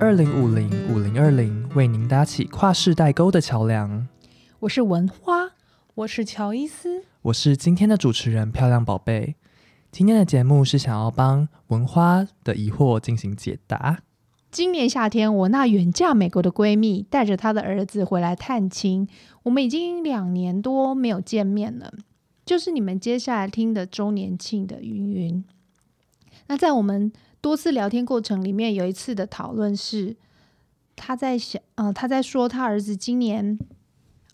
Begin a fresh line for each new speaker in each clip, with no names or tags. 二零五零五零二零为您搭起跨世代沟的桥梁。
我是文花，我是乔伊斯。
我是今天的主持人漂亮宝贝。今天的节目是想要帮文花的疑惑进行解答。
今年夏天，我那远嫁美国的闺蜜带着她的儿子回来探亲，我们已经两年多没有见面了。就是你们接下来听的周年庆的云云。那在我们多次聊天过程里面，有一次的讨论是，她在想，呃，她在说她儿子今年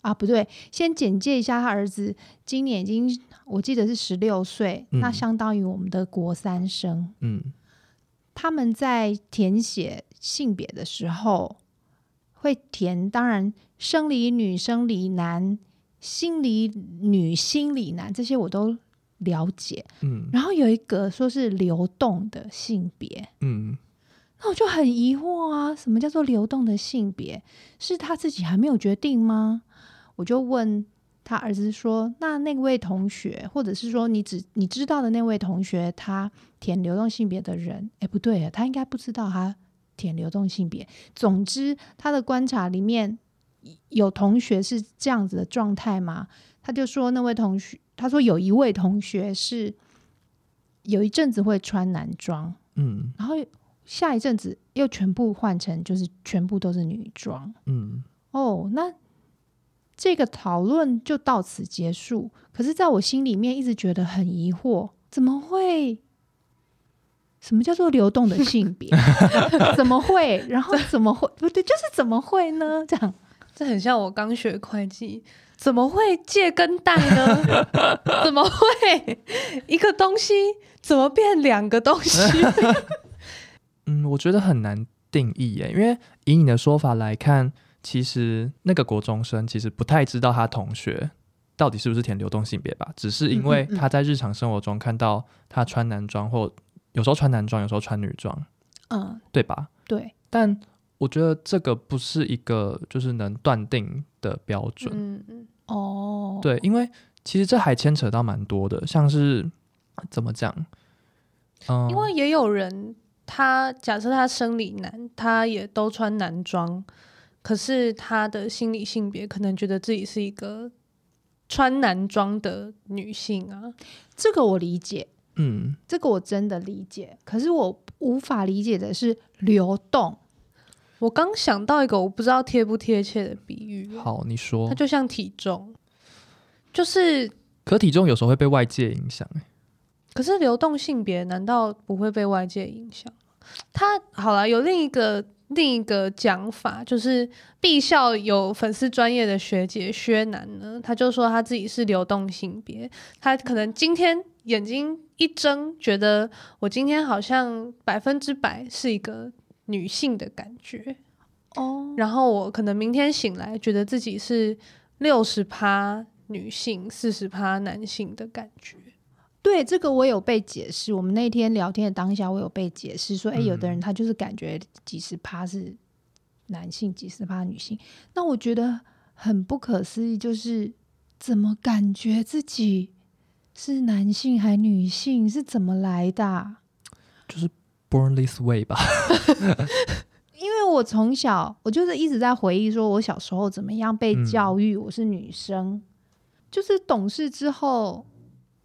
啊，不对，先简介一下她儿子，今年已经我记得是十六岁，
嗯
那相当于我们的国三生。
嗯，
他们在填写性别的时候，会填当然生理女、生理男、心理女、心理男这些我都了解。
嗯
然后有一个说是流动的性别，
嗯
那我就很疑惑啊，什么叫做流动的性别？是他自己还没有决定吗？我就问他儿子说：“那那位同学，或者是说你只你知道的那位同学，他填流动性别的人，哎，不对啊，他应该不知道他填流动性别。总之，他的观察里面有同学是这样子的状态吗？他就说那位同学，他说有一位同学是有一阵子会穿男装，
嗯
然后下一阵子又全部换成就是全部都是女装
嗯
哦。那这个讨论就到此结束。可是，在我心里面一直觉得很疑惑，怎么会？什么叫做流动的性 别？怎么会？然后怎么会？不对，就是怎么会呢？这样
这很像我刚学会计，怎么会借跟贷呢？怎么会一个东西怎么变两个东西？
嗯，我觉得很难定义耶，因为以你的说法来看，其实那个国中生其实不太知道他同学到底是不是填流动性别吧，只是因为
嗯嗯嗯
他在日常生活中看到他穿男装或有时候穿男装，有时候穿女装，
嗯，
对吧？
对，
但我觉得这个不是一个就是能断定的标准，
嗯嗯，
哦，
对，因为其实这还牵扯到蛮多的，像是怎么讲，嗯，
因为也有人他假设他生理男，他也都穿男装，可是他的心理性别可能觉得自己是一个穿男装的女性啊。
这个我理解，
嗯，
这个我真的理解。可是我无法理解的是流动，
我刚想到一个我不知道贴不贴切的比喻，
好，你说
它，就像体重，就是
可体重有时候会被外界影响，欸
可是流动性别难道不会被外界影响吗？他好了，有另一个另一个讲法，就是毕校有粉丝专业的学姐薛楠呢，她就说她自己是流动性别，她可能今天眼睛一睁，觉得我今天好像百分之百是一个女性的感觉，
哦，
然后我可能明天醒来，觉得自己是六十趴女性，四十趴男性的感觉。
对，这个我有被解释。我们那天聊天的当下，我有被解释说，哎、有的人
嗯
他就是感觉几十趴是男性，几十趴女性。那我觉得很不可思议，就是怎么感觉自己是男性还女性，是怎么来的啊、
就是 born this way 吧，
因为我从小，我就是一直在回忆，说我小时候怎么样被
嗯
教育，我是女生，就是懂事之后，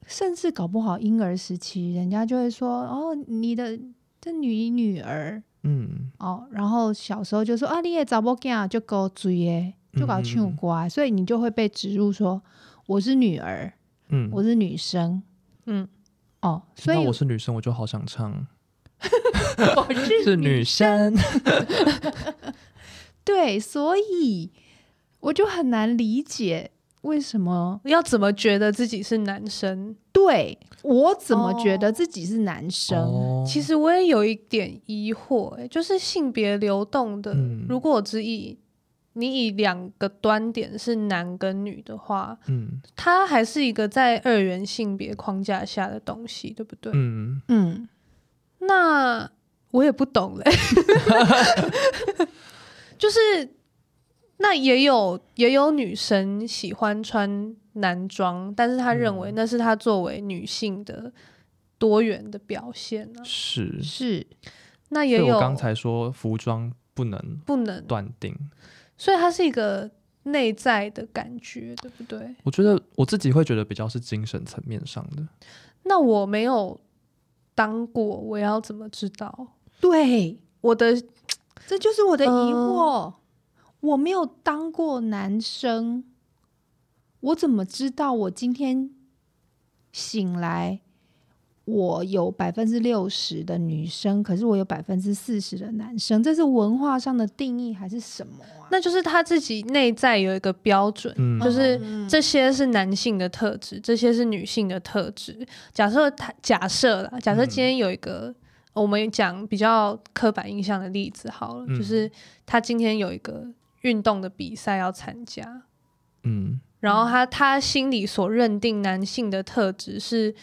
甚至搞不好婴儿时期，人家就会说：“哦，你的这女女儿
嗯，
哦。”然后小时候就说：“啊，你也找不干，就搞追耶，就搞
嗯
唱歌。所以你就会被植入说：“我是女儿，
嗯，
我是女生。
嗯，”
哦，所
那
以
我是女生，我就好想 唱，
我
是女生，
对，所以我就很难理解为什么。
要怎么觉得自己是男生？
对我怎么
哦
觉得自己是男生？
哦
其实我也有一点疑惑、欸，就是性别流动的，
嗯
如果只以你以两个端点是男跟女的话，
嗯
它还是一个在二元性别框架下的东西，对不对？
嗯，
嗯，
那我也不懂嘞、 就是那也有也有女生喜欢穿男装，但是她认为
嗯
那是她作为女性的多元的表现啊。
是，
是
那
所
也
以
有
我刚才说服装不能
不能，
断定。
所以它是一个内在的感觉，对不对？
我觉得我自己会觉得比较是精神层面上的，
那我没有当过，我要怎么知道？
对，
我的
这就是我的疑
嗯
惑。我没有当过男生，我怎么知道我今天醒来，我有百分之六十的女生，可是我有百分之四十的男生？这是文化上的定义还是什么啊？
那就是他自己内在有一个标准，
嗯，
就是
嗯
这些是男性的特质，这些是女性的特质。假设他假设啦，假设
嗯
今天有一个、我们讲比较刻板印象的例子好了，
嗯
就是他今天有一个运动的比赛要参加，
嗯
然后他他心里所认定男性的特质是。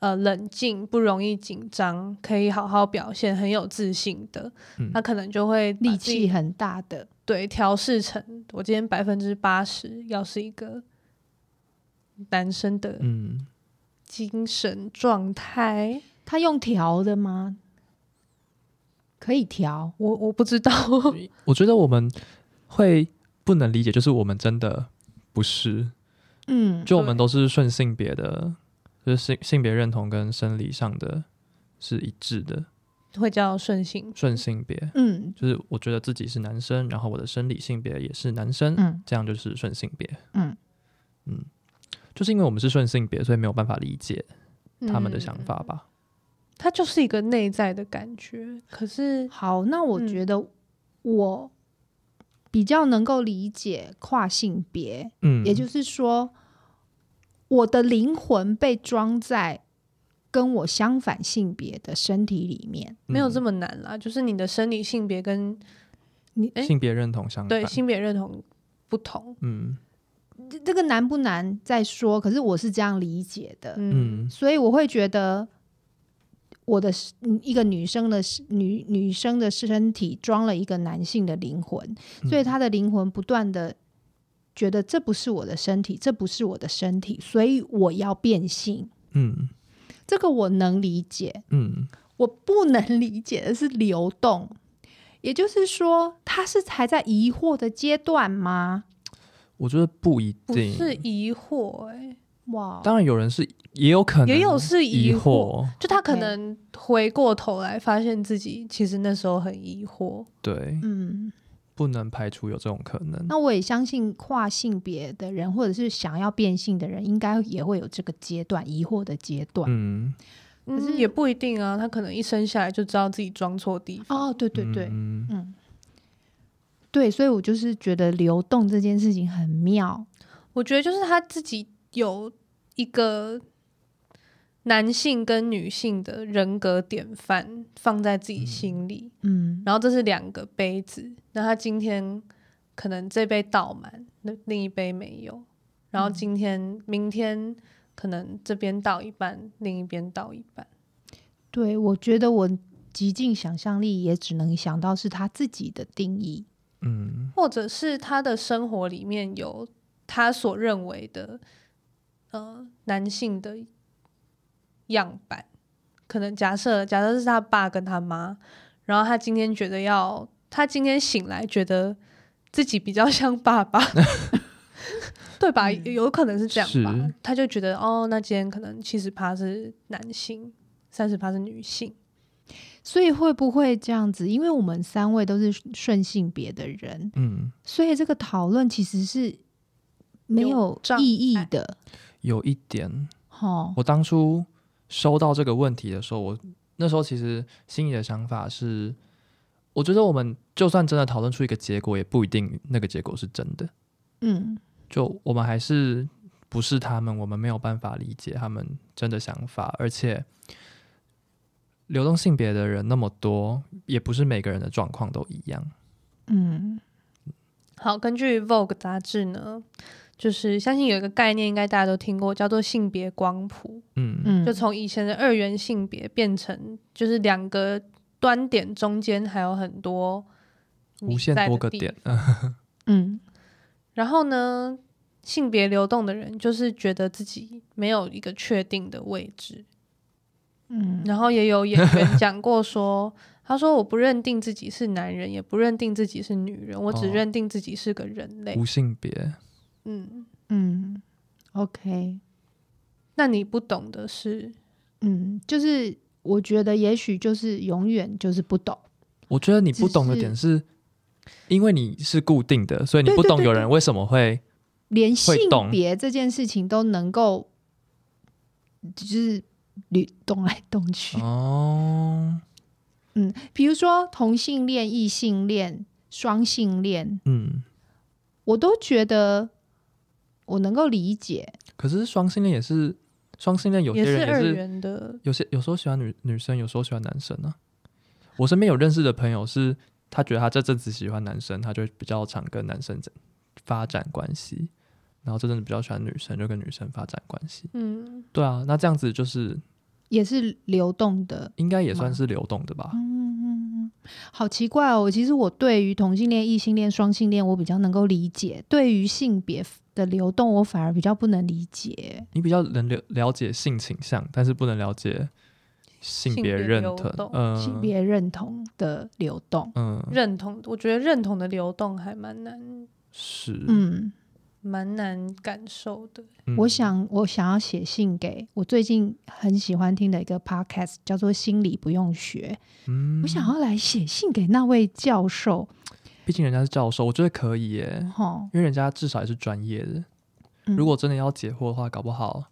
呃，冷静，不容易紧张，可以好好表现，很有自信的，
嗯
他可能就会把
力
自己
气很大的，
对，调试成我今天百分之八十要是一个男生的
嗯，
精神状态，
他用调的吗？可以调，
我我不知道，
我觉得我们会不能理解，就是我们真的不是，
嗯，
就我们都是顺性别的，就是性性别认同跟生理上的是一致的，
会叫顺性
顺性别
嗯
就是我觉得自己是男生，然后我的生理性别也是男生，
嗯
这样就是顺性别，
嗯
嗯，就是因为我们是顺性别，所以没有办法理解他们的想法
嗯
吧？
它就是一个内在的感觉。可是，
好，那我
嗯
觉得我比较能够理解跨性别，
嗯，
也就是说，我的灵魂被装在跟我相反性别的身体里
嗯
面。
没有这
么、
么难啦，就是你的生理性别跟哎
性别认同相反，
对性别认同不同，
嗯
这这个难不难再说，可是我是这样理解的，
嗯
嗯
所以我会觉得。我的是嗯一个女生的是女女生的身体装了一个男性的灵魂，所以他的灵魂不断的觉得这不是我的身体，这不是我的身体，所以我要变性。
嗯
这个我能理解，
嗯
我不能 理解的是流动，也就是说，他是还在疑惑的阶段吗？
我觉得不一
不
定，
是疑惑、欸，
哇，
当然有人是也有可能
也有是
疑
疑惑，就他可能回过头来发现自己其实那时候很疑惑，
对，
嗯，
不能排除有这种可能。
那我也相信跨性别的人，或者是想要变性的人，应该也会有这个阶段疑惑的阶段。
嗯，
可
是
是也不一定啊，他可能一生下来就知道自己装错地方。
哦，对对对，
嗯
嗯，对，所以我就是觉得流动这件事情很妙，
我觉得就是他自己有一个男性跟女性的人格典范放在自己心里，
嗯，
然后这是两个杯子，那他今天可能这杯倒满，那另一杯没有，然后今天、明天可能这边倒一半，另一边倒一半。
对我觉得我极尽想象力，也只能想到是他自己的定义，
嗯
或者是他的生活里面有他所认为的呃男性的样板，可能假设假设是他爸跟他妈，然后他今天觉得要他今天醒来觉得自己比较像爸 爸。对吧？
嗯
有可能是这样吧
是。
他就觉得哦，那今天可能七十趴是男性，三十趴是女性。
所以会不会这样子？因为我们三位都是顺性别的人，
嗯，
所以这个讨论其实是没
有
有
障
意义
碍
的，
有一点，
哈，
我当初收到这个问题的时候，我那时候其实心里的想法是，我觉得我们就算真的讨论出一个结果，也不一定那个结果是真的。
嗯
就我们还是不是他们，我们没有办法理解他们真的想法，而且流动性别的人那么多，也不是每个人的状况都一样。
嗯，
好，根据 Vogue 杂志呢，就是相信有一个概念，应该大家都听过，叫做性别光谱，
嗯
嗯
就从以前的二元性别变成就是两个端点中间还有很多你
无限
在
多
的
个
地
点，
嗯
然后呢，性别流动的人就是觉得自己没有一个确定的位置。
嗯，
然后也有演员讲过说，他说我不认定自己是男人，也不认定自己是女人，我只
哦
认定自己是个人类。
无性别。
嗯，
嗯，OK，
那你不懂的是，
嗯，就是我觉得也许就是永远就是不懂，
我觉得你不
只
懂的点是，因为你是固定的，所以你
对
不
对
懂
对
有
对
人为什么会
连性
会懂
别这件事情都能够就是捋动来动去。
嗯哦，
嗯，比如说同性恋、异性恋、双性恋，
嗯。
我都觉得我能够理解。
可是双性恋也是双性恋，有些
也
人
是
也
二
是
元的，
有些有时候喜欢女女生，有时候喜欢男生呢、我身边有认识的朋友是，他觉得他这阵子喜欢男生，他就会比较常跟男生在发展关系，然后这阵子比较喜欢女生，就跟女生发展关系。
嗯，
对啊，那这样子就是
也是流动的。
应该也算
吗
是流动的吧？
嗯，好奇怪哦！其实我对于同性恋、异性恋、双性恋，我比较能够理解；对于性别的流动，我反而比较不能理解。
你比较能了了解性倾向，但是不能了解性
性
别
别
认
流
同
动，
嗯，
性别认同的流动，
嗯
认同，我觉得认同的流动还蛮难，
是
嗯，
蛮难感受的。
我
嗯
想我想要写信给我最近很喜欢听的一个 podcast，叫做《心理不用学》，
嗯
我想要来写信给那位教授，
毕竟人家是教授，我觉得可以耶，
哈、
因为人家至少也是专业的。
嗯
如果真的要解惑的话，搞不好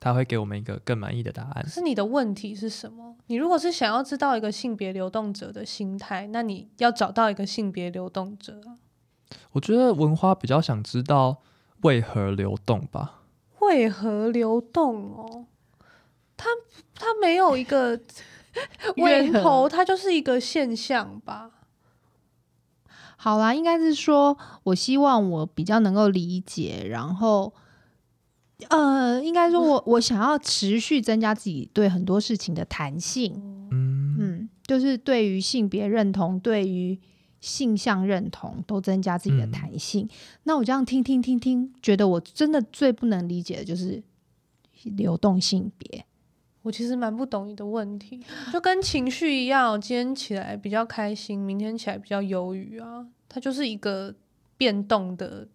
他会给我们一个更满意的答案
可。是你的问题是什么？你如果是想要知道一个性别流动者的心态，那你要找到一个性别流动者啊，
我觉得文花比较想知道为何流动吧，
为何流动哦？它它没有一个
为
源
何
头，它就是一个现象吧。
好啦，应该是说我希望我比较能够理解，然后。呃，应该说我，我想要持续增加自己对很多事情的弹性，
嗯，
嗯，就是对于性别认同、对于性向认同都增加自己的
嗯
弹性。那我这样听听听听，觉得我真的最不能理解的就是流动性别。
我其实蛮不懂你的问题，就跟情绪一样，我今天起来比较开心，明天起来比较忧郁啊，它就是一个变动的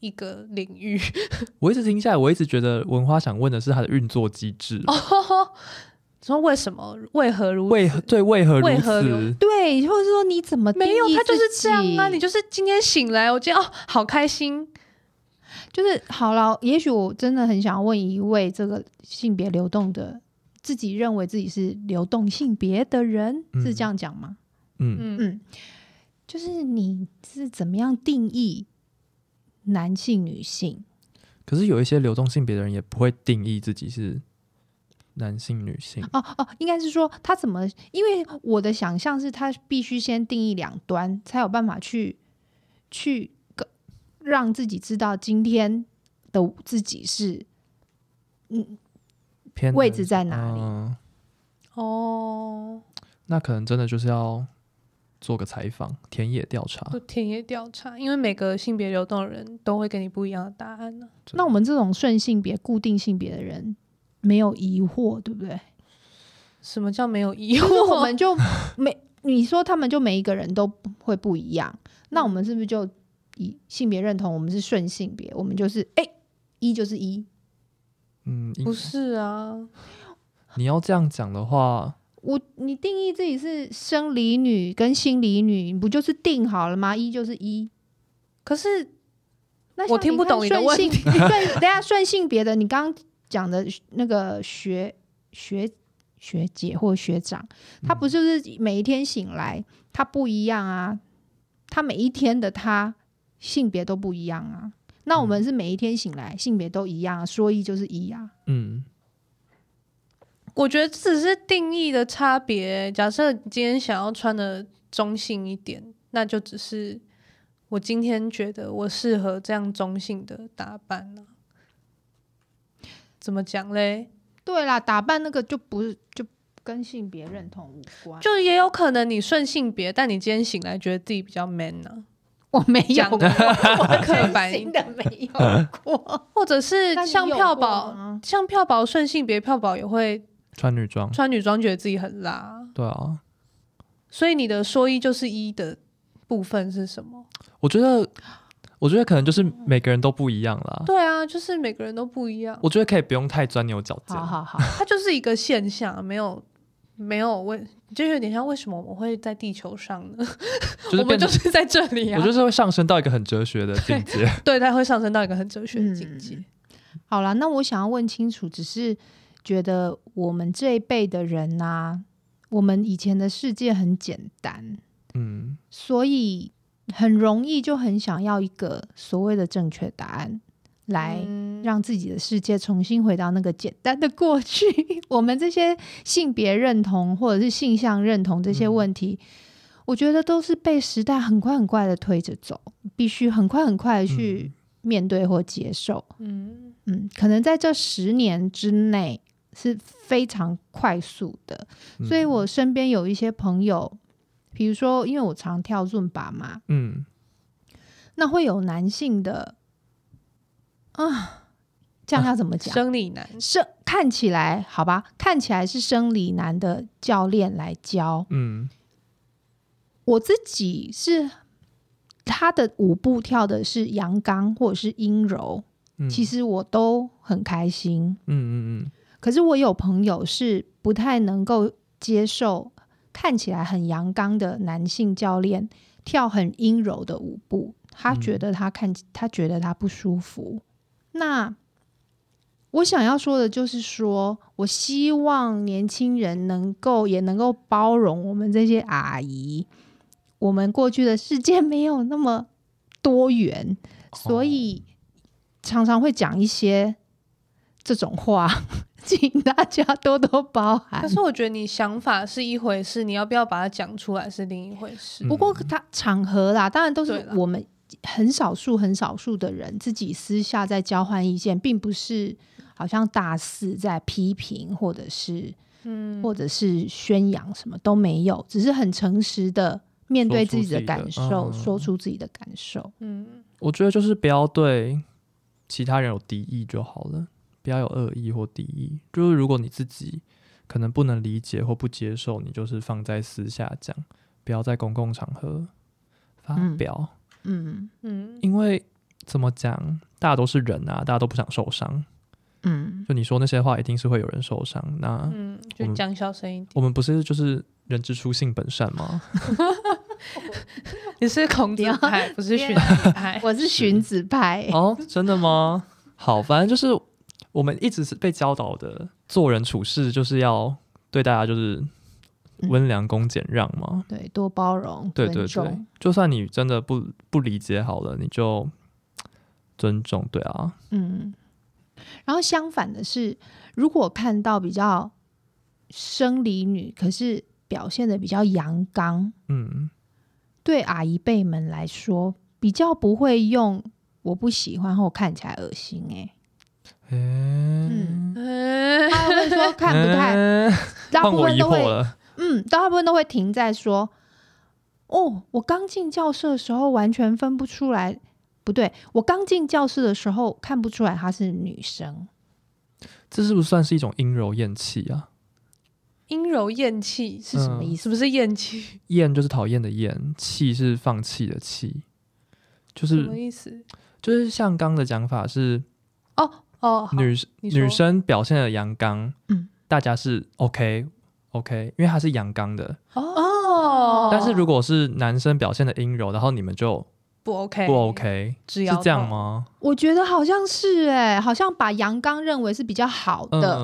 一个领域。
我一直听下来，我一直觉得文花想问的是它的运作机制，
哦说为什么？为何如此？
为何对为何
为
如
何流
此？嗯
对，或者说你怎么
没有
定，义
它就是
自
这样啊！
己
你就是今天醒来，我今天哦，好开心，
就是好了。也许我真的很想问一位这个性别流动的，自己认为自己是流动性别的人，是这
嗯
样讲吗？
嗯，
嗯，
嗯，就是你是怎么样定义男性、女性？
可是有一些流动性别的人也不会定义自己是男性、女性，
哦哦，应该是说他怎么？因为我的想象是他必须先定义两端，才有办法去去个让自己知道今天的自己是嗯
偏
位
男
置
性
在哪里
嗯
哦，
那可能真的就是要做个采访、田野调查。
做田野调查，因为每个性别流动的人都会给你不一样的答案啊呢、
对
那我们这种顺性别、固定性别的人。没有疑惑，对不对？
什么叫没有疑
就是
惑？
我们就每 你说他们就每一个人都不会不一样，那我们是不是就以性别认同，我们是顺性别，我们就是哎一就是一，
嗯，应
不是啊，
你要这样讲的话，
我你定义自己是生理女跟心理女，你不就是定好了吗？一就是一。
可是
那
我听不懂你的问
题。 顺等下顺性别的，你刚刚讲的那个学学学姐或学长，他
嗯
不就是每一天醒来他不一样啊？他每一天的他性别都不一样啊。那我
嗯
们是每一天醒来性别都一样、啊，说一就是一啊。
嗯，
我觉得只是定义的差别。假设你今天想要穿的中性一点，那就只是我今天觉得我适合这样中性的打扮呢、怎么讲嘞？
对啦，打扮那个就不就跟性别认同无关。
就也有可能你顺性别，但你今天醒来觉得自己比较 man 啊呢、
我没有
讲
过，
我
我
刻板
真心的没有过。
或者 是
那你
像
有
票
过啊
宝，
吗
像票宝顺性别票宝也会
穿女装，
穿女装，觉得自己很辣。
对啊，
所以你的说一就是一的部分是什么？
我觉得，我觉得可能就是每个人都不一样啦。
哦
对啊，就是每个人都不一样，
我觉得可以不用太钻牛角尖。
好好好，
它就是一个现象，没有没有为，就有点像为什么我们会在地球上呢？
就是
我们
变
就
成，
是在这里
我
啊
觉。得是会上升到一个很哲学的境界。
对，它会上升到一个很哲学的境
嗯
界。
好啦，那我想要问清楚，只是觉得我们这一辈的人呐、我们以前的世界很简单，
嗯，
所以很容易就很想要一个所谓的正确答案来。
嗯
让自己的世界重新回到那个简单的过去。 我们这些性别认同或者是性向认同这些
嗯
问题，我觉得都是被时代很快很快的推着走，必须很快很快的
嗯
去面对或接受。
嗯，
嗯，可能在这十年之内是非常快速的，
嗯
所以我身边有一些朋友，比如说因为我常跳润把嘛，
嗯
那会有男性的啊，这样要怎么讲？
生理男
生看起来好吧，看起来是生理男的教练来教
嗯
我自己是他的舞步跳的是阳刚或者是阴柔，
嗯，
其实我都很开心。
嗯嗯
可是我有朋友是不太能够接受看起来很阳刚的男性教练跳很阴柔的舞步，他
嗯
觉得他看、他觉得他不舒服。那我想要说的就是说，我希望年轻人能够也能够包容我们这些阿姨，我们过去的世界没有那么多元，所
哦
以常常会讲一些这种话，请大家多多包涵
可。是我觉得你想法是一回事，你要不要把它讲出来是另一回事。
嗯
不过他场合啦，当然都
对
是
啦
我们很少数、很少数的人自己私下在交换意见，并不是好像大肆在批评或者是
嗯，
或者是宣扬什么都没有，只是很诚实的面对自己的感受，
说出自己的嗯
说出自己的感受。
嗯，
我觉得就是不要对其他人有敌意就好了，不要有恶意或敌意。就是如果你自己可能不能理解或不接受，你就是放在私下讲，不要在公共场合发
嗯
表。
嗯
嗯，
因为怎么讲，大家都是人啊，大家都不想受伤。
嗯
就你说那些话，一定是会有人受伤。那
嗯，
我
就
们
讲小声一点。
我们不是就是人之初性本善 吗？
你是孔子
不要
派，不是
不要
荀子派。
我是荀子派，
哦，真的吗？好，反正就是我们一直是被教导的，做人处事就是要对大家就是温良恭俭让嘛。
对，多包容，
对
嗯尊
对对
重，，
就算你真的不不理解好了，你就尊重，对啊，
嗯。然后相反的是，如果看到比较生理女，可是表现的比较阳刚，
嗯
对阿姨辈们来说，比较不会用“我不喜欢”或“看起来恶心、欸”
嗯，
嗯哎，
嗯
他会说看不太，
嗯
大
换
部
我
分
疑
都会
惑了，
嗯，大部分都会停在说：“哦，我刚进教室的时候完全分不出来，不对，我刚进教室的时候看不出来她是女生。
这是不是算是一种阴柔厌弃啊？
阴柔厌弃”是
是什么
嗯
意思？
是不是厌弃？
厌就是讨厌的厌，弃是放弃的弃，就
什么
是
意思？
就是像刚的讲法是
哦哦，好
女
你
女
说
生表现的阳刚，
嗯
大家是 OK OK，因为她是阳刚的。
哦，
但是如果是男生表现的阴柔，然后你们就
不 OK
不 OK，、
只
是
哎要
这样？吗？
我觉得好像是哎、好像把阳刚认为是比较好
嗯、
的，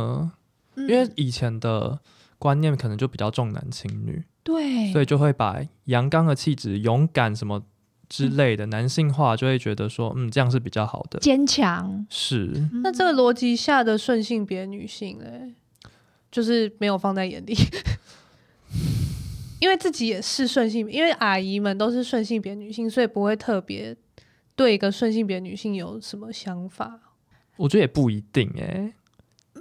因
嗯
为以前的观念可能就比较重男轻女，
对
所以就会把阳刚的气质、勇敢什么之类的、男性化，就会觉得说，嗯，这样是比较好的。
坚强。
是，
嗯
那这个逻辑下的顺性别女性嘞，就是没有放在眼里。 因为自己也是顺性别，因为阿姨们都是顺性别女性，所以不会特别对一个顺性别女性有什么想法。
我觉得也不一定哎、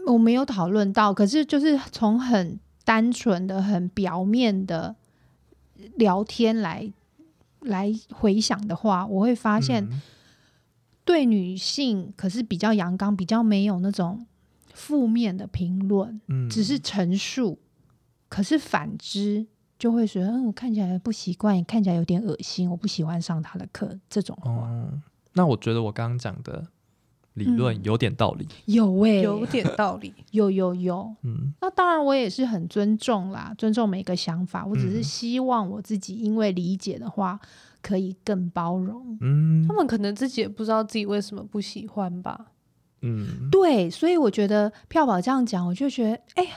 我没有讨论到，可是就是从很单纯的、很表面的聊天来来回想的话，我会发现
嗯
对女性可是比较阳刚，比较没有那种负面的评论。
嗯
只是陈述，可是反之就会觉得，嗯，我看起来不习惯，看起来有点恶心，我不喜欢上他的课。这种话、
哦。那我觉得我刚刚讲的理论
嗯
有点道理。
有诶、
有点道理。
有有有。
嗯
那当然，我也是很尊重啦，尊重每个想法。我只是
嗯
希望我自己因为理解的话，可以更包容。
嗯
他们可能自己也不知道自己为什么不喜欢吧。
嗯，
对，所以我觉得票宝这样讲，我就觉得，哎呀，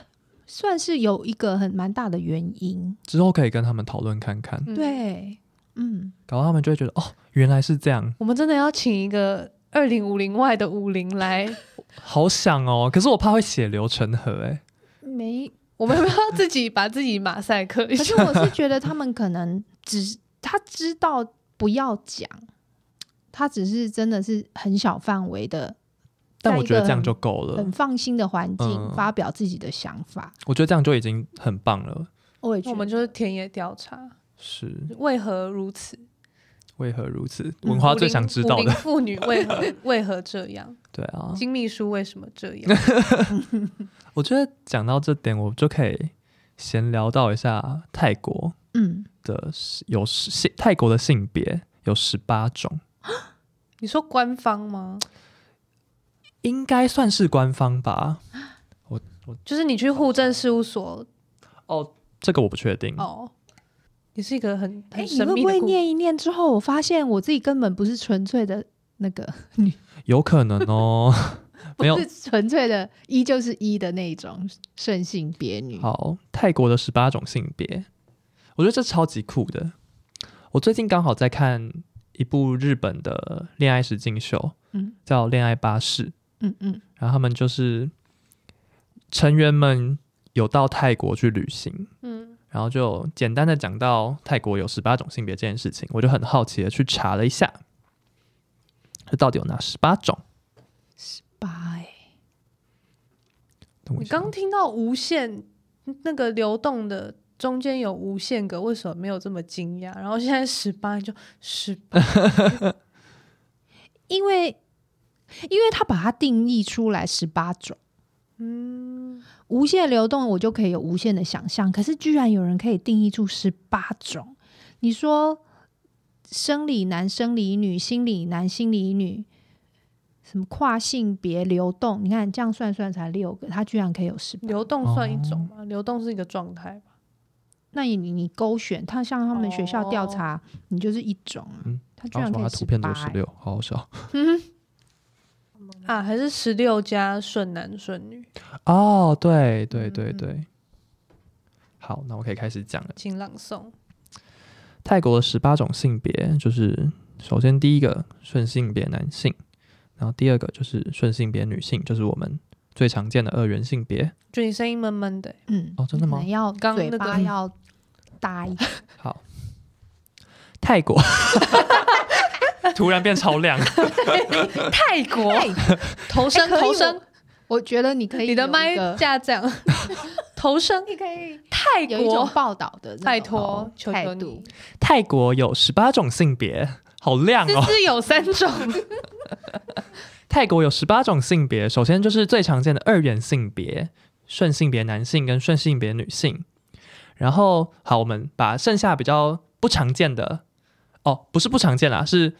算是有一个很蛮大的原因。
之后可以跟他们讨论看看，
嗯，
对，嗯，
搞到他们就会觉得哦，原来是这样，
我们真的要请一个二零五零外的五零来，
好想哦。可是我怕会血流成河哎、
没
我们要不要自己把自己马赛克一
可是
下？
我是觉得他们可能只他知道不要讲，他只是真的是很小范围的，
但
在
我
一
觉得
个
这样
很
就够了
很，放心的环境、
嗯
发表自己的想法。
我觉得这样就已经很棒了。
我也觉
我
得，
们就是田野调查，
是
为何如此？
为何如此？
嗯
文华最想知道
武林
的，
妇女为何 为何这样？
对啊，
金秘书为什么这样？
我觉得讲到这点，我就可以闲聊到一下泰国
嗯，
的有性泰国的性别有十八种，
你说官方吗？
应该算是官方吧？
就是你去户政事务所
哦，这个我不确定。
哦，你是一个很
哎，
很
你
神
会
秘
不
的
会
故事。
念一念之后，我发现我自己根本不是纯粹的那个，
有可能哦。 没有
不是纯粹的一就是一的那一种圣性别女。
好，泰国的十八种性别，我觉得这超级酷的。我最近刚好在看一部日本的恋爱实境秀，
嗯
叫《恋爱巴士》，
嗯嗯
然后他们就是成员们有到泰国去旅行，
嗯，
然后就简单的讲到泰国有十八种性别这件事情，我就很好奇的去查了一下，这到底有哪十八种？
八哎，
等我
你
一下
刚听到无限那个流动的中间有无限个，为什么没有这么惊讶？然后现在十八就十八，
因为因为他把它定义出来十八种。
嗯，
无限流动，我就可以有无限的想象。可是，居然有人可以定义出十八种，你说生理男、生理女、心理男、心理女，什么跨性别流动？你看这样算算才六个，他居然可以有十八。
流动算一种
哦
吗？流动是一个状态吧。
那你你你勾选，他像他们学校调
哦
查，你就是一种啊
嗯，
他居
然
然
后
可
哦说他
以十
图
八、
片只有十六，好好笑
啊，还是十六加顺男顺女，
哦！对对
嗯
对
嗯
对，好，那我可以开始讲了。
请朗诵。
泰国的十八种性别，就是首先第一个顺性别男性，然后第二个就是顺性别女性，就是我们最常见的二元性别。
就你声音闷闷的欸、
嗯，
哦真的吗
你可能要
刚那
嘴
个哦
巴要 大一点，
好，泰国 突然变超亮，
泰国头
哎
声
可以
头声，
我觉得你可以
你的
有一
麦
个
架这样， 头声
你可以
泰
有一种
国，
报道的那种
拜托，求
态
求
度
你，，
泰国有十八种性别，好亮
这
哦！
是有三种，
泰国有十八种性别，首先就是最常见的二元性别，顺性别男性跟顺性别女性。然后，好，我们把剩下比较不常见的，哦，不是不常见啦，是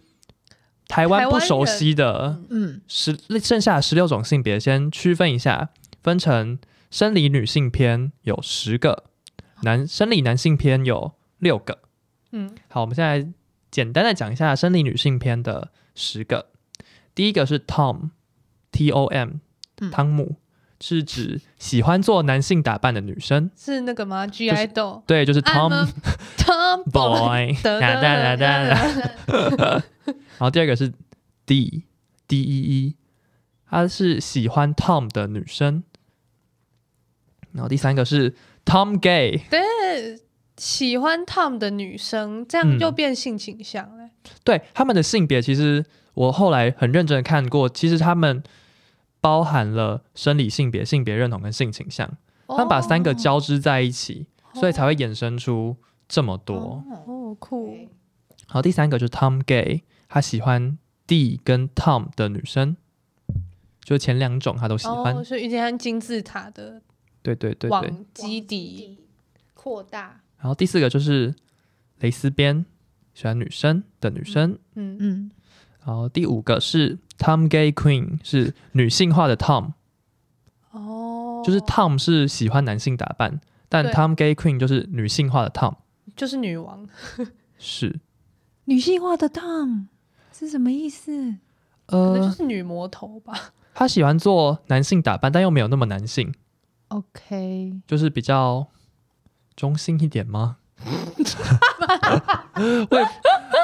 台湾
台
不
湾
熟
人
悉的
嗯，
十剩下十六种性别先区分一下，分成生理女性篇有十个，男生理男性篇有六个。
嗯，
好，我们现在简单的讲一下生理女性篇的十个。第一个是 Tom，T O M，
嗯
汤姆、是指喜欢做男性打扮的女生，
是那个吗
就
？GI
是
豆
对，就是 Tom
Tom
Boy，
得
哒
得
哒哒
得
哒。
得
然后第二个是 D D E E，她是喜欢 Tom 的女生。然后第三个是 Tom Gay，
对，喜欢 Tom 的女生，这
嗯
样就变性倾向了。
对他们的性别，其实我后来很认真的看过，其实他们包含了生理性别、性别认同跟性倾向，他们把三个
哦
交织在一起，所以才
会
会衍生出这么多。
哦
哦酷
对
好，第三个就是 Tom Gay，他喜欢 D 跟 Tom 的女生，就是前两种他都喜欢。
哦，是遇见金字塔的
对对对对。
往基底，
扩大，
然后第四个就是蕾丝边，喜欢女生的女生。
嗯
嗯，
然后第五个是 Tom Gay Queen，是女性化的 Tom，
哦，
就是 Tom 是喜欢男性打扮，但
对
Tom Gay Queen 就是女性化的 Tom，
就是女王，
是
女性化的 Tom 是什么意思？
可能就
呃，
是女魔头吧。
他喜欢做男性打扮，但又没有那么男性，
OK，
就是比较中性一点吗？ 我也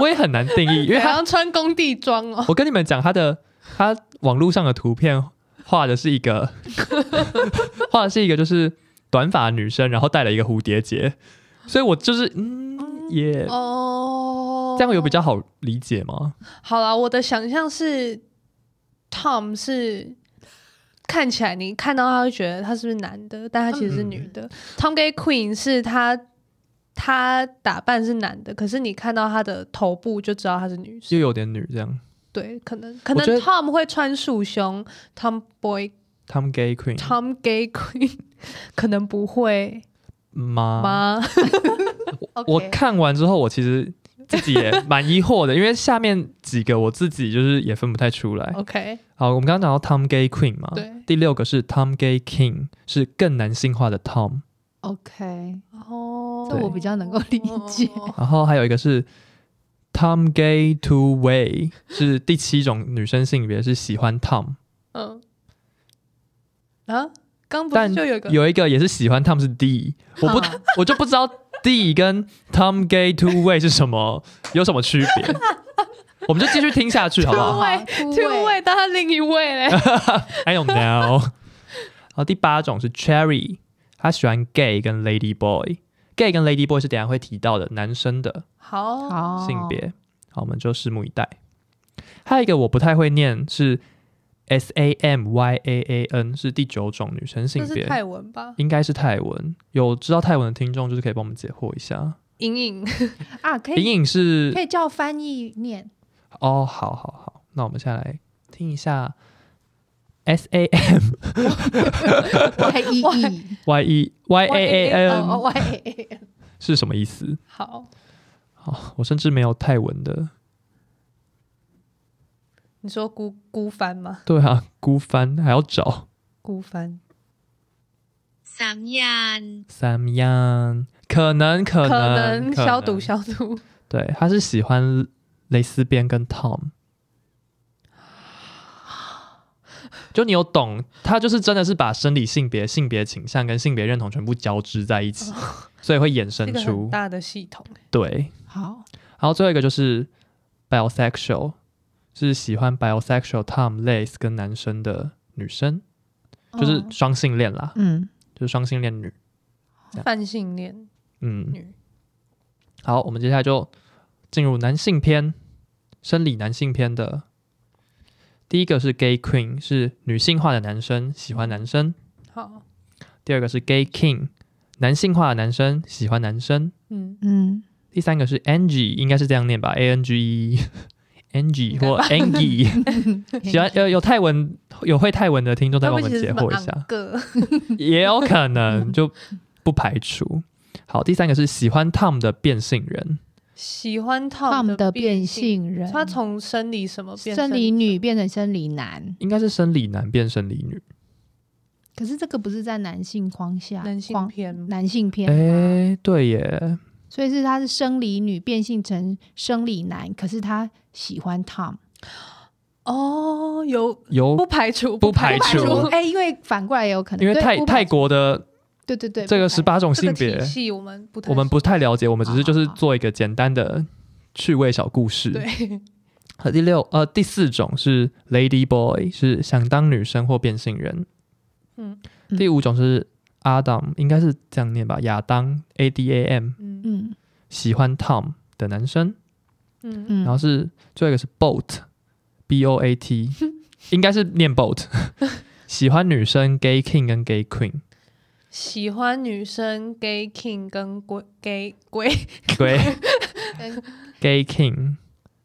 我也很难定 义，因为
还
他
要穿工地装哦，
我跟你们讲，他的他网络上的图片画的是一个 画的是一个就是短发女生，然后戴了一个蝴蝶结，所以我就是嗯也、
哦，
这样有比较好理解吗？
好啦，我的想象是，Tom 是看起来你看到他会觉得他是不是男的，但他其实是女
嗯
的。Tom Gay Queen 是他他打扮是男的，可是你看到他的头部就知道他是女
又
生。
有点女这样。
对，可能可
我
能
觉得
Tom 会穿束胸，Tom Boy
Tom Gay Queen
Tom Gay Queen 可能不会
啊
吗？
吗？
我
OK
看完之后，我其实自己也蛮疑惑的，因为下面几个我自己就是也分不太出来。
OK，
好，我们刚刚讲到 Tom Gay Queen
啊
嘛，
哦对
第六个是 Tom Gay King，是更男性化的 Tom，
OK，
哦
这我比较能够理解
然后还有一个是 Tom Gay Two Way，是第七种女生性别，是喜欢 Tom，
嗯，啊，刚不
但
是就有一个
有一个也是喜欢 Tom 是 D，我不
啊
我就不知道 D 跟 Tom Gay Two Way 是什么，有什么区别？我们就继续听下去好不好？
位
好
two 位，但他另一位 嘞，
I don't know 然后第八种是 Cherry，他喜欢 gay 跟 lady boy。gay 跟 lady boy 是等一下会提到的男生的
好
好
性别。好，我们就拭目以待。还有一个我不太会念是 S A M Y A A N，是第九种女生性
这是
别，
泰文吧？
应该是泰文。有知道泰文的听众就是可以帮我们解惑一下。
隐 隐
啊，可以
隐隐是
可以叫翻译念
哦，好好好，那我们下来听一下 S A M
Y E E
Y E Y A A N。
哦 Y A A，
是什么意思？
好，
哦，我甚至没有泰文的。
你说孤孤帆吗？
对啊，孤帆还要找
孤帆
สามยาน
三样，可能可能
能消毒
能
消毒，
对，他是喜欢蕾丝边跟 Tom。就你有懂，他就是真的是把生理性别、性别倾向跟性别认同全部交织在一起，所以会衍
这
生
个很
出
大的系统。欸
对
好
然后最后一个就是 bisexual，是喜欢 bisexual Tom Lace 跟男生的女生，就是
嗯
双性恋啦，
嗯，
就是双性恋女。
泛性恋
嗯，
女
好，我们接下来就进入男性篇，生理男性篇的。第一个是 gay queen，是女性化的男生，喜欢男生；
好，
第二个是 gay king，男性化的男生，喜欢男生；
嗯，
嗯，
第三个是 Angie，应该是这样念吧，A N G E，Angie 或 Angie。喜 欢有有泰文有会泰文的听众再帮
会不
我们
会其实
解
是蛮
惑一下
昂，个
嗯
也有可能就不排除。好，第三个是喜欢 Tom 的变性人，
喜欢
Tom
Tom
的变
变，
性人，
他从生理什么变
生理女变成生理男，
应该是生理男变生理女。
可是这个不是在男性框下，
男性
框
偏
男性片
哎、
吗，
对耶，
所以是他是生理女变性成生理男，可是他喜欢 Tom，
哦，有不
有
排除
不排
除
除
哎、因为反过来也有可能，
因为
对
泰
不排
泰国的
对对对，
这个十
不排
八种
这
性
个
别
体，系，我们不太
我们不太了解，我们只是就是
好好好
做一个简单的趣味小故事。
对，
和第六呃第四种是 lady boy，是想当女生或变性人。
嗯
嗯
第五种是 Adam，应该是这样念吧，亚当 A D A M，
嗯
嗯
喜欢 Tom 的男生。
嗯
嗯，
然后是最后一个是 boat B O A T，应该是念 boat，喜欢女生 gay king 跟 gay queen。
喜欢女生 gay king 跟鬼 gay 鬼
gay gay king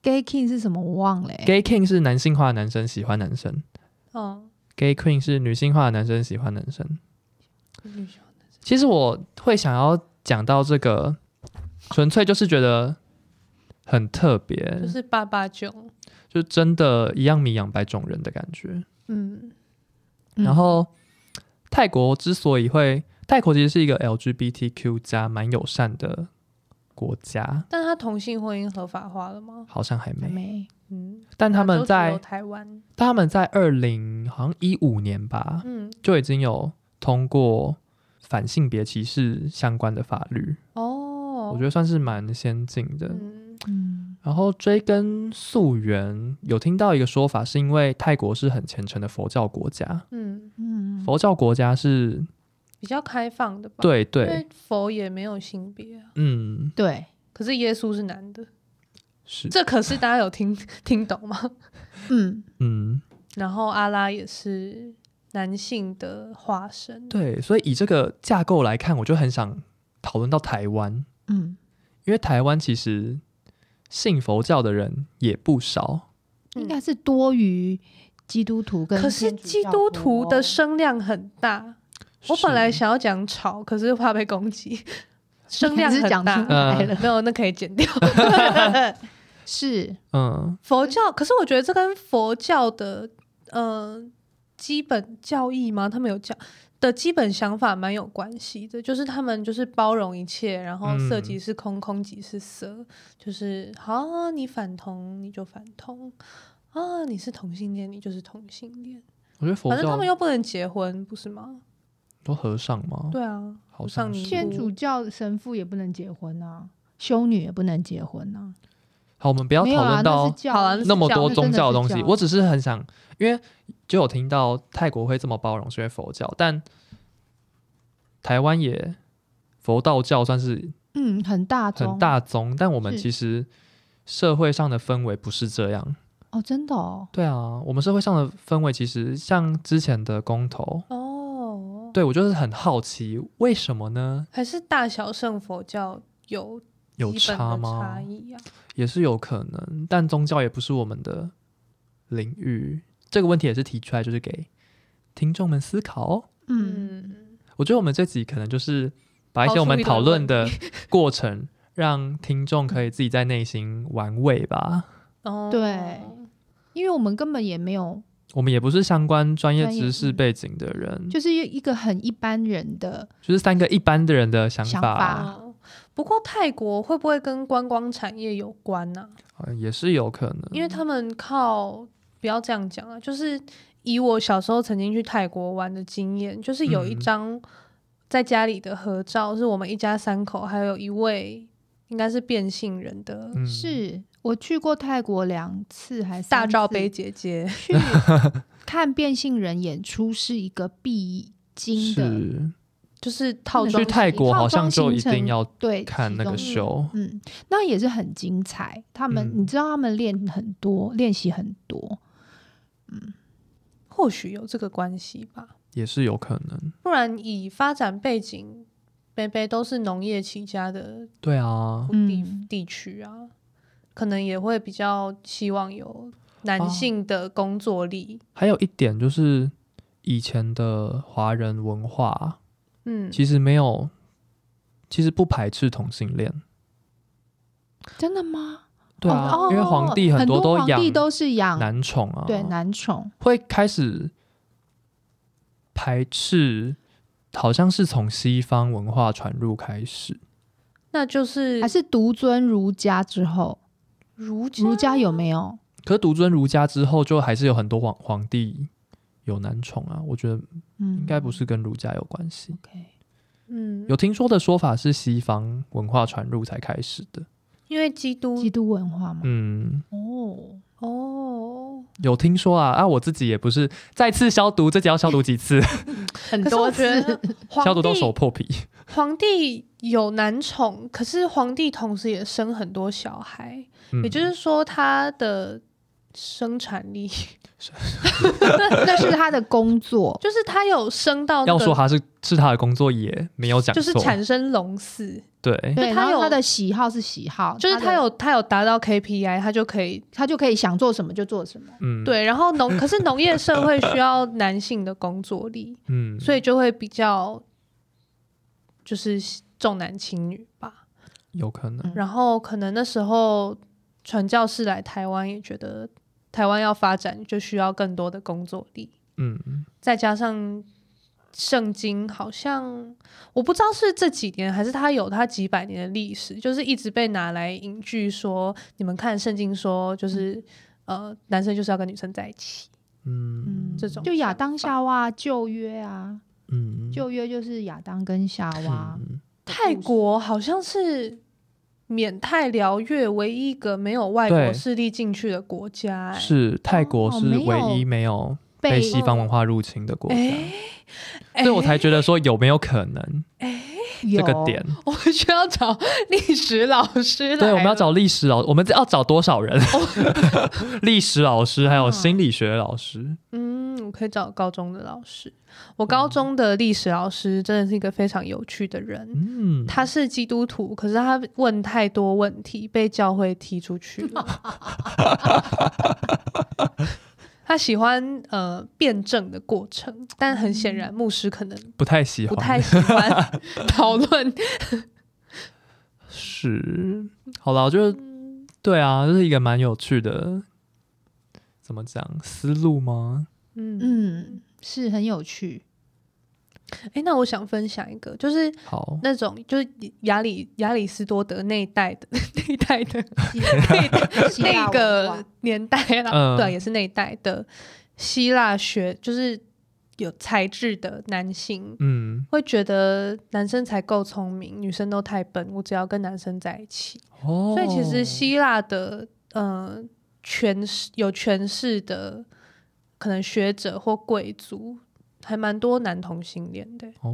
gay king 是什么？我忘了、欸。
gay king 是男性化的男生喜欢男生
哦，
，gay queen 是女性化的男生喜欢男生。
女生
其实我会想要讲到这个，纯粹就是觉得很特别，
就是爸爸囧，
就真的一样米养百种人的感觉。
嗯，
嗯
然后泰国之所以会，泰国其实是一个 LGBTQ 加蛮友善的国家，
但他同性婚姻合法化了吗？
好像还没。
还没
嗯，
但他
亚
们
洲只有
在
台湾，
他们在二零好像一五年吧，
嗯，
就已经有通过反性别歧视相关的法律，
哦，
我觉得算是蛮先进的。
嗯，
嗯
然后追根溯源，有听到一个说法，是因为泰国是很虔诚的佛教国家，
嗯，
嗯，
佛教国家是
比较开放的吧？，
对
因
对，
为佛也没有性别啊，
嗯，
对，
可是耶稣是男的，
是，
这可是大家有听 听懂吗？
嗯
嗯，
然后阿拉也是男性的化身，，
对，所以以这个架构来看，我就很想讨论到台湾，
嗯，
因为台湾其实信佛教的人也不少，
应该是多于基督徒跟
嗯可是
天主
基
教
督
徒
徒的
哦
声量很大，我本来
是
想要讲吵，可是怕被攻 击，声
你
量
是
很
讲出
大。
来
嗯
了，
没有，那可以剪 掉。
是
嗯，
佛教，可是我觉得这跟佛教的呃基本教义吗？他们有讲的基本想法蛮有关系的，就是他们就是包容一切，然后色
嗯
即是空，空即是色，就是好、啊，你反同你就反同啊，你是同性恋你就是同性恋，
我觉得佛
反正他
教
们又不能结婚，不是吗？
都和尚吗？
对啊，
好
上
像
你
是
天主教神父也不能结婚啊，修女也不能结婚啊，
好，我们不要
没有
讨
啊，
论到
那是教
好啦
义
那是
那么
教
多
那
宗
真的
教的
是
东西，
教
我只是很想，因为就有听到泰国会这么包容是因为佛教，但台湾也佛道教算是
嗯，很大
很
宗
大宗，但我们
是
其实社会上的氛围不是这样。
哦，真的哦，
对啊，我们社会上的氛围其实像之前的公投，
哦，
对我就是很好奇，为什么呢？
还是大小圣佛教有
有
基本的
差吗？
差异啊？
也是有可能，但宗教也不是我们的领域。这个问题也是提出来，就是给听众们思考哦。
嗯，
嗯，
我觉得我们这集可能就是把一
抛
些
出
我们
一个
讨论
问
的过程， 让听众可以自己在内心玩味吧。
哦，
对因为我们根本也没有，
我们也不是相关专业
专业
知识
嗯
背景的人，
就是一个很一般人的，
就是三个一般的人的想
想
法，
法
哦，不过泰国会不会跟观光产业有关呢、
呃也是有可能。
因为他们靠不要这样讲啊，就是以我小时候曾经去泰国玩的经验，就是有一
嗯
张在家里的合照，是我们一家三口，还有一位应该是变性人的
嗯，
是我去过泰国两次还是
大罩
罩
杯姐姐，
去看变性人演出是一个必经的，
是
就是套
不
装
去
能
泰
是
国
套
好
装
像就
行
一定
程
要
对，
看
其
那个
中
是
秀，
嗯，那也是很精彩。他们，
嗯
你知道他们练很多，练习很多，
或许有这个关系吧，
也是有可能。
不然以发展背景，北北都是农业起家的
对啊，
地、
嗯
地区啊，可能也会比较希望有男
哦
性的工作力。
还有一点就是以前的华人文化
嗯，
其实没有，其实不排斥同性恋。
真的吗？
对啊，
哦、
因为皇帝
很
多
都
养
皇帝都是养
男宠啊，
对男宠，
会开始排斥，好像是从西方文化传入开始。
那就是
还是独尊儒家之后，
儒家
儒家有没有？
可是独尊儒家之后，就还是有很多皇皇帝有男宠啊，我觉得
嗯，
应该不。是跟儒家有关系。
OK，
嗯，
有听说的说法是西方文化传入才开始的，
因为基督
基督文化嘛。
嗯，
哦，
哦，
有听说啊啊，我自己也不是再次消毒，这集要消毒几 次，
很
可是
多
我觉
次
得皇
消毒到
帝
手破皮。
皇帝有男宠，可是皇帝同时也生很多小孩，
嗯
也就是说他的生产 力，
那是他的 工作，
就是他有生到、那
要
个
说他是是他的工作也没有讲错，
哦就是产生龙死，
对
对，
他
然后
有
他的喜好是喜好，
就是
的
他有他有达到 KPI，他就可以
他就可以想做什么就做什么。
嗯
对。然后 农可是农业社会需要男性的工作力，
嗯，
所以就会比较就是重男轻女吧。
有可能
嗯
然后可能那时候传教士来台湾也觉得台湾要发展就需要更多的工作力，
嗯
再加上圣经好像我不知道是这几年还是它有它几百年的历史，就是一直被拿来引据说，你们看圣经说就是、呃男生就是要跟女生在一起，
嗯
这种
就亚当
想法
夏娃旧约啊，
嗯
旧约就是亚当跟夏娃。
嗯
泰国好像是缅泰辽越唯一一个没有外
对
国势力进去的国家、哎，
是泰国
哦
是
没有
唯一没有被西方文化入侵的国家，
哎、哎
所以我才觉得说有没有可能
有
这个点？
我们需要找历史老师来
对，我们要
了
找历史老，我们要找多少人？ 历史老师还有心理学老师，
嗯，我可以找高中的老师。我
哦
高中的历史老师真的是一个非常有趣的人，
嗯，
他是基督徒，可是他问太多问题，被教会踢出去 了。他喜欢呃辩证的过程，但很显然牧师可能
不太嗯喜
不
欢，
太喜欢 讨论。
是，好了，我觉得对啊，这是一个蛮有趣的，怎么讲思路吗？
嗯，
嗯，是很有趣。
哎，那我想分享一个，就是
好，
那种就是亚里亚里士多德那一代的 那一代的
希腊希腊
那
文化
个年代啦，
嗯
对，也是那一代的希腊学，就是有才智的男性，
嗯，
会觉得男生才够聪明，女生都太笨，我只要跟男生在一起。
哦，
所以其实希腊的呃权势有权势的，可能学者或贵族，还蛮多男同性恋的，
哦，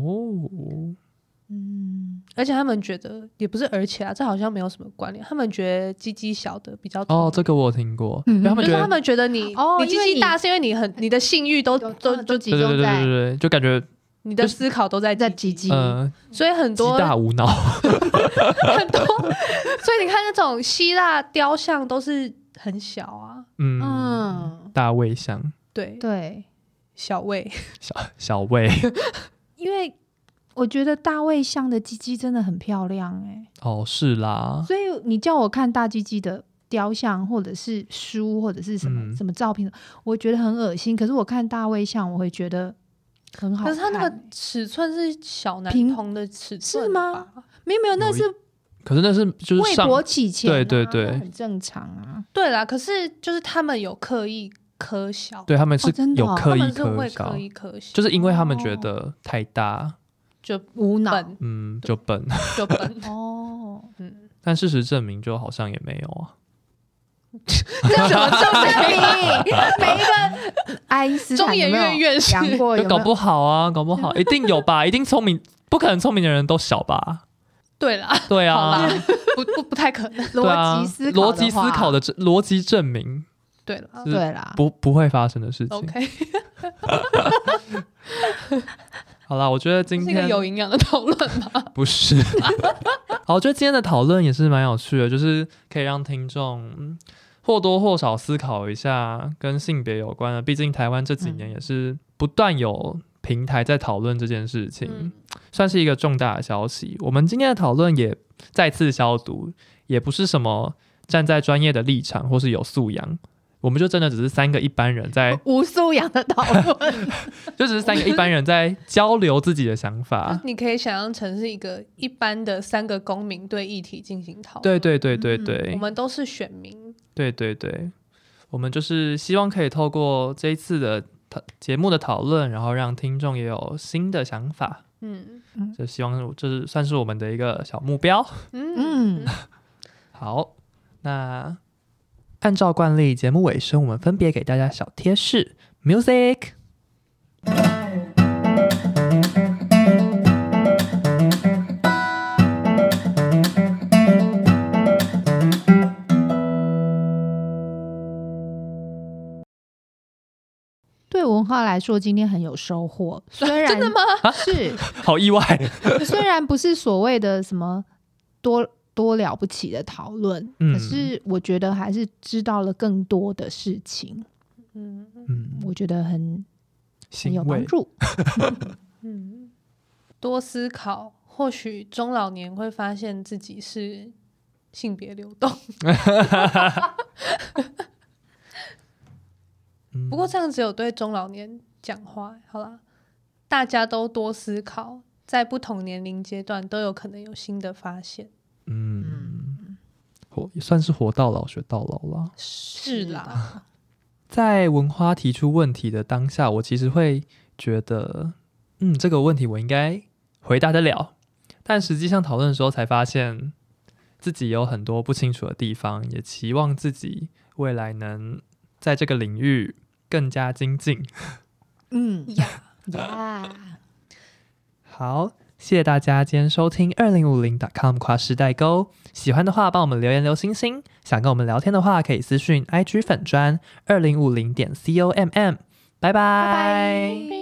嗯，
而且他们觉得也不是，而且啊，这好像没有什么关联，他们觉得鸡鸡小的比较聪明
哦，这个我有听过，
嗯
因为他们
就
觉
是
得
他们觉得你
哦
你鸡
因为
鸡
你哎
大是因为你很你的性欲都
有嗯
都就
都
对
集
对
中
对对
在
对对，就感觉
你的思考都在
在
鸡
几
鸡，
集，
呃
所以很
鸡
多
大无脑，
很多， 所以你看那种希腊雕像都是很小啊，
嗯，
嗯，
大卫像
对，
对，
小胃，
小小卫
因为我觉得大卫像的鸡鸡真的很漂亮哎、
哦，是啦，
所以你叫我看大鸡鸡的雕像，或者是书，或者是什么、
嗯
什么照片，我觉得很恶心。可是我看大卫像，我会觉得很好
可
看、
是它那个尺寸是小男
平
童的尺
是
寸
吗
吧？
没有没有，那
有一
是
可是那是就是
为
上
国起钱、啊，
对对对
那很正常啊。
对啦，可是就是他们有刻意科小，
对他们是
哦真的
有
哦
刻
他
意
们是
刻
会
小
刻，意科小，
就是因为他们觉
哦
得太大，
就
无脑，
笨
嗯，就笨，
就笨
哦，
嗯，
但事实证明就好像也没有啊，
这怎么证 明？每一个
爱因斯
中
坦有
研
没
院
有
院士
量哦过有
就
没
搞
有？
不好啊，搞不好一定有吧，一定聪明，不可能聪明的人都小吧？
对啦，
对
好
啊
啦，，不不不太可能。
对啊
逻辑思，考，
逻辑思考，的证逻辑证明
对了
是
对啦，
不不会发生的事情。
，OK，
好啦，我觉得今
是一个
天
有营养的讨论吧。
不是， 好，我觉得今天的讨论也是蛮有趣的，就是可以让听众嗯或多或少思考一下跟性别有关的，毕竟台湾这几年也是不断有平台在讨论这件事情。
嗯，
算是一个重大的消息。我们今天的讨论也再次消毒，也不是什么站在专业的立场或是有素养，我们就真的只是三个一般人在，
无素养的讨论，
就只是三个一般人在交流自己的想
就是
法。
你可以想象成是一个一般的三个公民对议题进行讨
对
论。
对对对
我
对
们都是选民，
对对对，我们就是希望可以透过这一次的讨节目的讨论，然后让听众也有新的想法。
嗯
就希望这是算是我们的一个小目标。
嗯
嗯
好，那按照惯例，节目尾声我们分别给大家小贴士，music。
文化来说，今天很有收获。虽然
真的吗？
啊
是，
好意外，
虽然不是所谓的什么多多了不起的讨论，
嗯
可是我觉得还是知道了更多的事情，
嗯
嗯，
我觉得很很
欣
有帮
慰。
助。
嗯，多思考，或许中老年会发现自己是性别流动。
嗯
不过这样只有对中老年讲话，好啦，大家都多思考，在不同年龄阶段都有可能有新的发现。
嗯，活也算是活到老学到老啦。
是啦，
啦，
在文花提出问题的当下，我其实会觉得，嗯，这个问题我应该回答得了，但实际上讨论的时候才发现自己有很多不清楚的地方，也期望自己未来能在这个领域更加精进。
嗯
呀
呀，
好，谢谢大家今天收听二零五零 .com 跨时代沟。喜欢的话，帮我们留言留星星；想跟我们聊天的话，可以私讯 IG 粉砖二零五零点 com m。拜拜
拜拜。